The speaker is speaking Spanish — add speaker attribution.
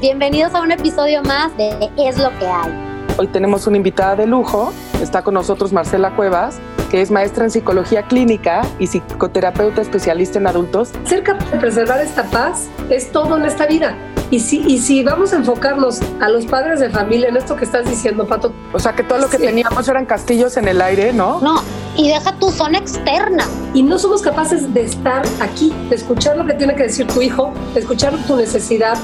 Speaker 1: Bienvenidos a un episodio más de Es lo que hay.
Speaker 2: Hoy tenemos una invitada de lujo, está con nosotros Marcela Cuevas, que es maestra en psicología clínica y psicoterapeuta especialista en adultos.
Speaker 3: Cerca de preservar esta paz es todo en esta vida. Y si, y si vamos a enfocarnos a los padres de familia en esto que estás diciendo, Pato.
Speaker 2: O sea, que todo lo que
Speaker 3: Sí.
Speaker 2: teníamos eran castillos en el aire, ¿no?
Speaker 1: No, y deja tu zona externa.
Speaker 3: Y no somos capaces de estar aquí, de escuchar lo que tiene que decir tu hijo, de escuchar tu necesidad,